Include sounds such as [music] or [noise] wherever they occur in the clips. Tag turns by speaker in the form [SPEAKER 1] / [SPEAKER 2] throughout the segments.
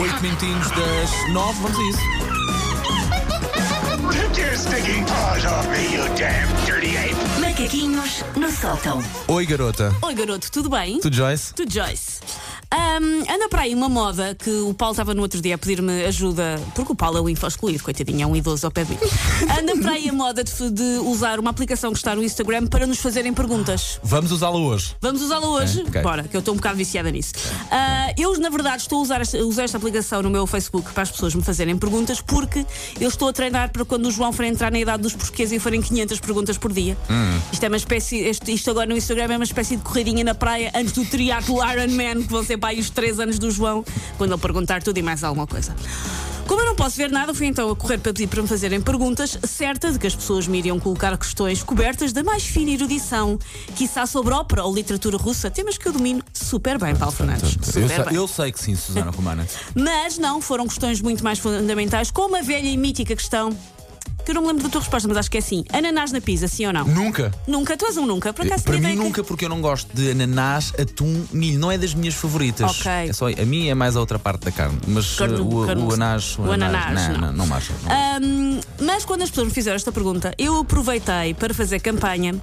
[SPEAKER 1] 8 minutinhos das 9, vamos a isso.
[SPEAKER 2] Take your stinking paws off me, you damn dirty ape!
[SPEAKER 3] Macaquinhos no sótão.
[SPEAKER 1] Oi, garota.
[SPEAKER 4] Oi, garoto, tudo bem?
[SPEAKER 1] Tu, Joyce?
[SPEAKER 4] Tu, Joyce. Ahm, anda para aí uma moda que o Paulo estava no outro dia a pedir-me ajuda, porque o Paulo é um info excluído, coitadinho, é um idoso ao pé de mim. Anda para aí a moda de, de usar uma aplicação que está no Instagram para nos fazerem perguntas.
[SPEAKER 1] Vamos usá-la hoje.
[SPEAKER 4] Vamos usá-la hoje?
[SPEAKER 1] Ok, ok.
[SPEAKER 4] Bora, que eu estou um bocado viciada nisso. Ah, eu, na verdade, estou a usar esta, usar esta aplicação no meu Facebook para as pessoas me fazerem perguntas, porque eu estou a treinar para quando o João for entrar na idade dos porquês e forem 500 perguntas por dia. Isto é uma espécie, isto, isto agora no Instagram é uma espécie de corridinha na praia antes do triatlo Iron Man, que vão ser para aí os 3 anos do João, quando ele perguntar tudo e mais alguma coisa. Como eu não posso ver nada, fui então a correr para pedir para me fazerem perguntas, certa de que as pessoas me iriam colocar questões cobertas da mais fina erudição, quiçá sobre ópera ou literatura russa, temas que eu domino super bem, Paulo Fernandes.
[SPEAKER 1] Eu,
[SPEAKER 4] Super
[SPEAKER 1] sei-
[SPEAKER 4] bem.
[SPEAKER 1] eu sei que sim, Susana Romana.
[SPEAKER 4] Mas não, foram questões muito mais fundamentais, como a velha e mítica questão, que eu não me lembro da tua resposta, mas acho que é assim: ananás na pizza, sim ou não?
[SPEAKER 1] Nunca.
[SPEAKER 4] [laughs] Nunca, tu és um nunca, por acaso
[SPEAKER 1] Para
[SPEAKER 4] tinha
[SPEAKER 1] mim,
[SPEAKER 4] ideia que-
[SPEAKER 1] nunca, porque eu não gosto de ananás, atum, milho. Não é das minhas favoritas.
[SPEAKER 4] Ok.
[SPEAKER 1] É só, a minha é mais a outra parte da carne. Mas
[SPEAKER 4] Carne-
[SPEAKER 1] uh, o,
[SPEAKER 4] carne-
[SPEAKER 1] o ananás.
[SPEAKER 4] o ananás,
[SPEAKER 1] não,
[SPEAKER 4] não. Ah.
[SPEAKER 1] não, não marcha. não.
[SPEAKER 4] Ahm, mas quando as pessoas me fizeram esta pergunta, eu aproveitei para fazer campanha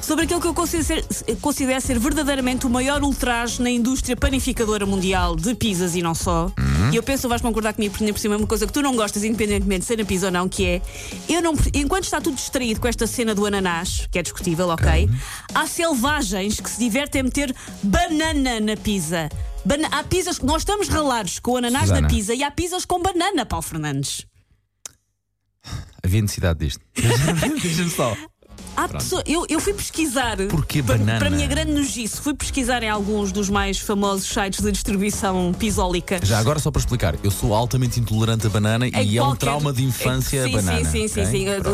[SPEAKER 4] sobre aquilo que eu considero ser, considero ser verdadeiramente o maior ultraje na indústria panificadora mundial de pizzas e não só. E eu penso que vais concordar comigo, porque ainda por cima é uma coisa que tu não gostas, independentemente de ser na pizza ou não, que é eu não, enquanto está tudo distraído com esta cena do ananás, que é discutível, ok? Há selvagens que se divertem a meter banana na pizza. Bana- há pizzas que nós estamos ralados com o ananás
[SPEAKER 1] Susana.
[SPEAKER 4] da pizza e há pizzas com banana, Paulo Fernandes.
[SPEAKER 1] Havia necessidade
[SPEAKER 4] [laughs]
[SPEAKER 1] disto. Diz-me só.
[SPEAKER 4] Há pessoa- eu, eu fui pesquisar.
[SPEAKER 1] Porquê
[SPEAKER 4] para,
[SPEAKER 1] banana?
[SPEAKER 4] Para a minha grande nojice, fui pesquisar em alguns dos mais famosos sites de distribuição pisólica.
[SPEAKER 1] Já agora só para explicar, eu sou altamente intolerante a banana
[SPEAKER 4] Em
[SPEAKER 1] e é um
[SPEAKER 4] qualquer-
[SPEAKER 1] trauma de infância
[SPEAKER 4] é, sim,
[SPEAKER 1] a banana.
[SPEAKER 4] Sim, sim,
[SPEAKER 1] ok?
[SPEAKER 4] sim. sim.
[SPEAKER 1] Pronto.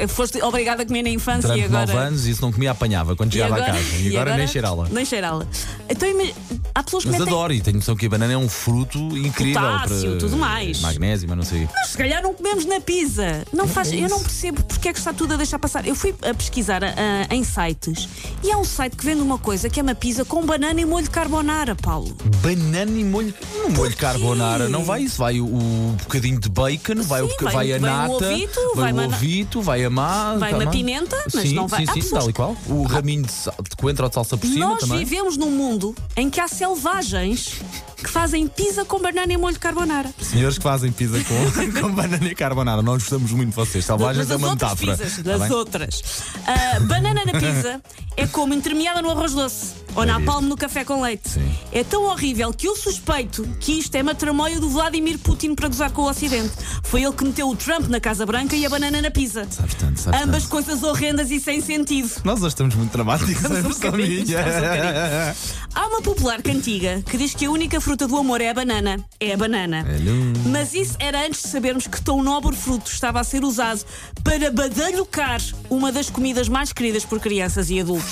[SPEAKER 4] Uh, uh, Foste obrigada a comer na infância
[SPEAKER 1] Durante
[SPEAKER 4] e agora.
[SPEAKER 1] 9 anos e se não comia apanhava quando
[SPEAKER 4] E
[SPEAKER 1] chegava
[SPEAKER 4] agora,
[SPEAKER 1] a casa. E agora, nem cheirá-la.
[SPEAKER 4] Nem cheirá-la. Então, ima- há pessoas que
[SPEAKER 1] Mas
[SPEAKER 4] metem.
[SPEAKER 1] adoro e tenho noção que a banana é um fruto incrível.
[SPEAKER 4] Potássio,
[SPEAKER 1] para-
[SPEAKER 4] tudo mais.
[SPEAKER 1] Magnésio, mas não sei.
[SPEAKER 4] Se calhar não comemos na pizza.
[SPEAKER 1] É
[SPEAKER 4] Não faz, eu não percebo porque é que está tudo a deixar passar. Eu fui a pesquisar ah, em sites e há um site que vende uma coisa que é uma pizza com banana e molho de carbonara, Paulo.
[SPEAKER 1] Banana e molho. No molho
[SPEAKER 4] quê?
[SPEAKER 1] carbonara não vai isso. Vai o, o bocadinho de bacon, vai, o,
[SPEAKER 4] Sim,
[SPEAKER 1] boca-
[SPEAKER 4] vai-
[SPEAKER 1] vai a
[SPEAKER 4] vai o
[SPEAKER 1] nata,
[SPEAKER 4] ovito,
[SPEAKER 1] vai
[SPEAKER 4] vai
[SPEAKER 1] o
[SPEAKER 4] uma-
[SPEAKER 1] ovito, vai a massa. tá
[SPEAKER 4] Vai uma pimenta, mas
[SPEAKER 1] sim,
[SPEAKER 4] não vai- há
[SPEAKER 1] Sim, sim,
[SPEAKER 4] pessoas
[SPEAKER 1] tal e
[SPEAKER 4] que-
[SPEAKER 1] qual. O raminho de, sal- de coentro ou de salsa por cima
[SPEAKER 4] Nós
[SPEAKER 1] também.
[SPEAKER 4] vivemos num mundo em que há selvagens que fazem pizza com banana e molho de carbonara.
[SPEAKER 1] Senhores que fazem pizza com,
[SPEAKER 4] [laughs]
[SPEAKER 1] com banana e carbonara, nós gostamos muito de vocês. Selvagens
[SPEAKER 4] Mas
[SPEAKER 1] é
[SPEAKER 4] as
[SPEAKER 1] uma
[SPEAKER 4] outras
[SPEAKER 1] metáfora.
[SPEAKER 4] pizzas,
[SPEAKER 1] está
[SPEAKER 4] das
[SPEAKER 1] bem?
[SPEAKER 4] outras. Ah, banana na pizza é como entremeada no arroz doce ou na
[SPEAKER 1] visto.
[SPEAKER 4] palma no café com leite.
[SPEAKER 1] É Sim.
[SPEAKER 4] É tão horrível que eu suspeito que isto é uma tramóia do Vladimir Putin para gozar com o Ocidente. Foi ele que meteu o Trump na Casa Branca e a banana na pizza.
[SPEAKER 1] Sabes tanto, sabes tanto.
[SPEAKER 4] Ambas coisas horrendas e sem sentido.
[SPEAKER 1] Nós hoje estamos muito
[SPEAKER 4] [laughs]
[SPEAKER 1] dramáticos,
[SPEAKER 4] Estamos um
[SPEAKER 1] esta
[SPEAKER 4] bocadinho,
[SPEAKER 1] minha.
[SPEAKER 4] estamos um bocadinho. Há uma popular cantiga que diz que a única fruta do amor é a banana. É a banana.
[SPEAKER 1] Hello.
[SPEAKER 4] Mas isso era antes de sabermos que tão nobre fruto estava a ser usado para badalhocar uma das comidas mais queridas por crianças e adultos.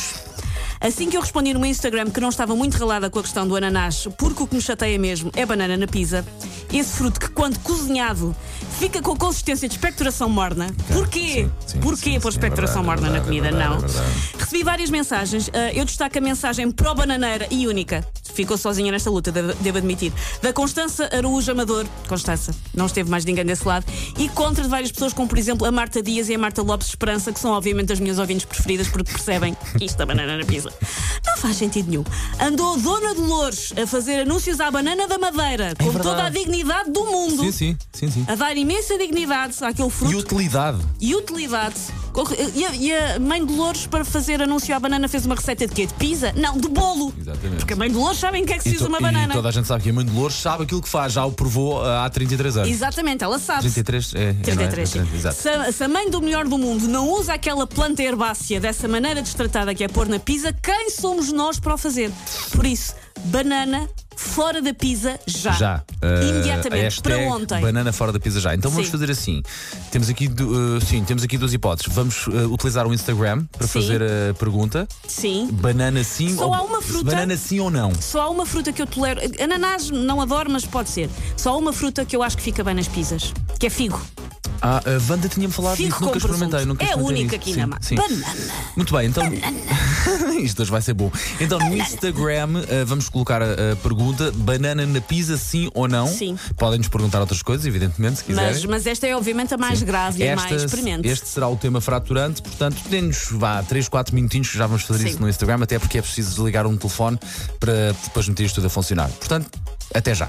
[SPEAKER 4] Assim que eu respondi no meu Instagram que não estava muito relada com a questão do ananás, porque o que me chateia mesmo é banana na pizza, esse fruto que, quando cozinhado, fica com a consistência de espectração morna. Porquê?
[SPEAKER 1] sim, sim,
[SPEAKER 4] Porquê
[SPEAKER 1] sim,
[SPEAKER 4] pôr
[SPEAKER 1] sim, é
[SPEAKER 4] espectração
[SPEAKER 1] verdade,
[SPEAKER 4] morna
[SPEAKER 1] é
[SPEAKER 4] na
[SPEAKER 1] verdade,
[SPEAKER 4] comida?
[SPEAKER 1] é verdade,
[SPEAKER 4] não.
[SPEAKER 1] é verdade.
[SPEAKER 4] Recebi várias mensagens. Ah, eu destaco a mensagem pró-bananeira e única. Ficou sozinha nesta luta, devo devo admitir. Da Constança Araújo Amador. Constança, não esteve mais ninguém desse lado. E contra de várias pessoas, como por exemplo a Marta Dias e a Marta Lopes Esperança, que são obviamente as minhas ouvintes preferidas, porque percebem isto da banana na pizza. Não faz sentido nenhum. Andou a Dona Dolores a fazer anúncios à banana da Madeira, com
[SPEAKER 1] É verdade.
[SPEAKER 4] toda a dignidade do mundo.
[SPEAKER 1] Sim, sim, sim, sim.
[SPEAKER 4] A dar imensa dignidade àquele fruto
[SPEAKER 1] E utilidade.
[SPEAKER 4] e utilidade. E a, e a mãe Dolores, para fazer anúncio à banana, fez uma receita de quê? De pizza? Não, de bolo.
[SPEAKER 1] Exatamente.
[SPEAKER 4] Porque a mãe Dolores sabe em que é que se
[SPEAKER 1] E,
[SPEAKER 4] usa
[SPEAKER 1] to-
[SPEAKER 4] uma
[SPEAKER 1] e
[SPEAKER 4] banana.
[SPEAKER 1] toda a gente sabe que a mãe de Lourdes sabe aquilo que faz, já o provou ah, há 33 anos.
[SPEAKER 4] Exatamente, ela sabe.
[SPEAKER 1] 33 é. é, não é?
[SPEAKER 4] 33. sim.
[SPEAKER 1] Exato.
[SPEAKER 4] se, se a mãe do melhor do mundo não usa aquela planta herbácea dessa maneira destratada que é pôr na pizza, quem somos nós para o fazer? Por isso, banana fora da pizza já.
[SPEAKER 1] Já. Ah, a
[SPEAKER 4] Imediatamente,
[SPEAKER 1] hashtag
[SPEAKER 4] para ontem.
[SPEAKER 1] Banana fora da pizza já. Então vamos
[SPEAKER 4] Sim.
[SPEAKER 1] fazer assim. Temos aqui, du- ah, sim, temos aqui duas hipóteses. Vamos ah, utilizar o Instagram para
[SPEAKER 4] Sim.
[SPEAKER 1] fazer a pergunta.
[SPEAKER 4] Sim.
[SPEAKER 1] Banana sim
[SPEAKER 4] Só
[SPEAKER 1] ou
[SPEAKER 4] há uma fruta.
[SPEAKER 1] Banana sim ou não?
[SPEAKER 4] Só há uma fruta que eu tolero. Ananás não adoro, mas pode ser. Só há uma fruta que eu acho que fica bem nas pizzas, que é figo.
[SPEAKER 1] Ah, a Wanda tinha-me falado
[SPEAKER 4] Fico
[SPEAKER 1] disso,
[SPEAKER 4] com
[SPEAKER 1] nunca experimentei. Nunca
[SPEAKER 4] presunto. é a
[SPEAKER 1] experimentei isso.
[SPEAKER 4] única aqui
[SPEAKER 1] Sim,
[SPEAKER 4] na mata.
[SPEAKER 1] sim.
[SPEAKER 4] Banana.
[SPEAKER 1] Muito bem, então. [laughs] Isto hoje vai ser bom. Então no Instagram eh, vamos colocar a, a pergunta: banana na pizza, sim ou não?
[SPEAKER 4] Sim.
[SPEAKER 1] Podem-nos perguntar outras coisas, evidentemente, se quiserem.
[SPEAKER 4] Mas, mas esta é obviamente a mais grave e a mais experimente.
[SPEAKER 1] Este será o tema fraturante, portanto, dê-nos vá 3, 4 minutinhos que já vamos fazer
[SPEAKER 4] Sim.
[SPEAKER 1] isso no Instagram, até porque é preciso desligar um telefone para depois meter isto tudo a funcionar. Portanto, até já.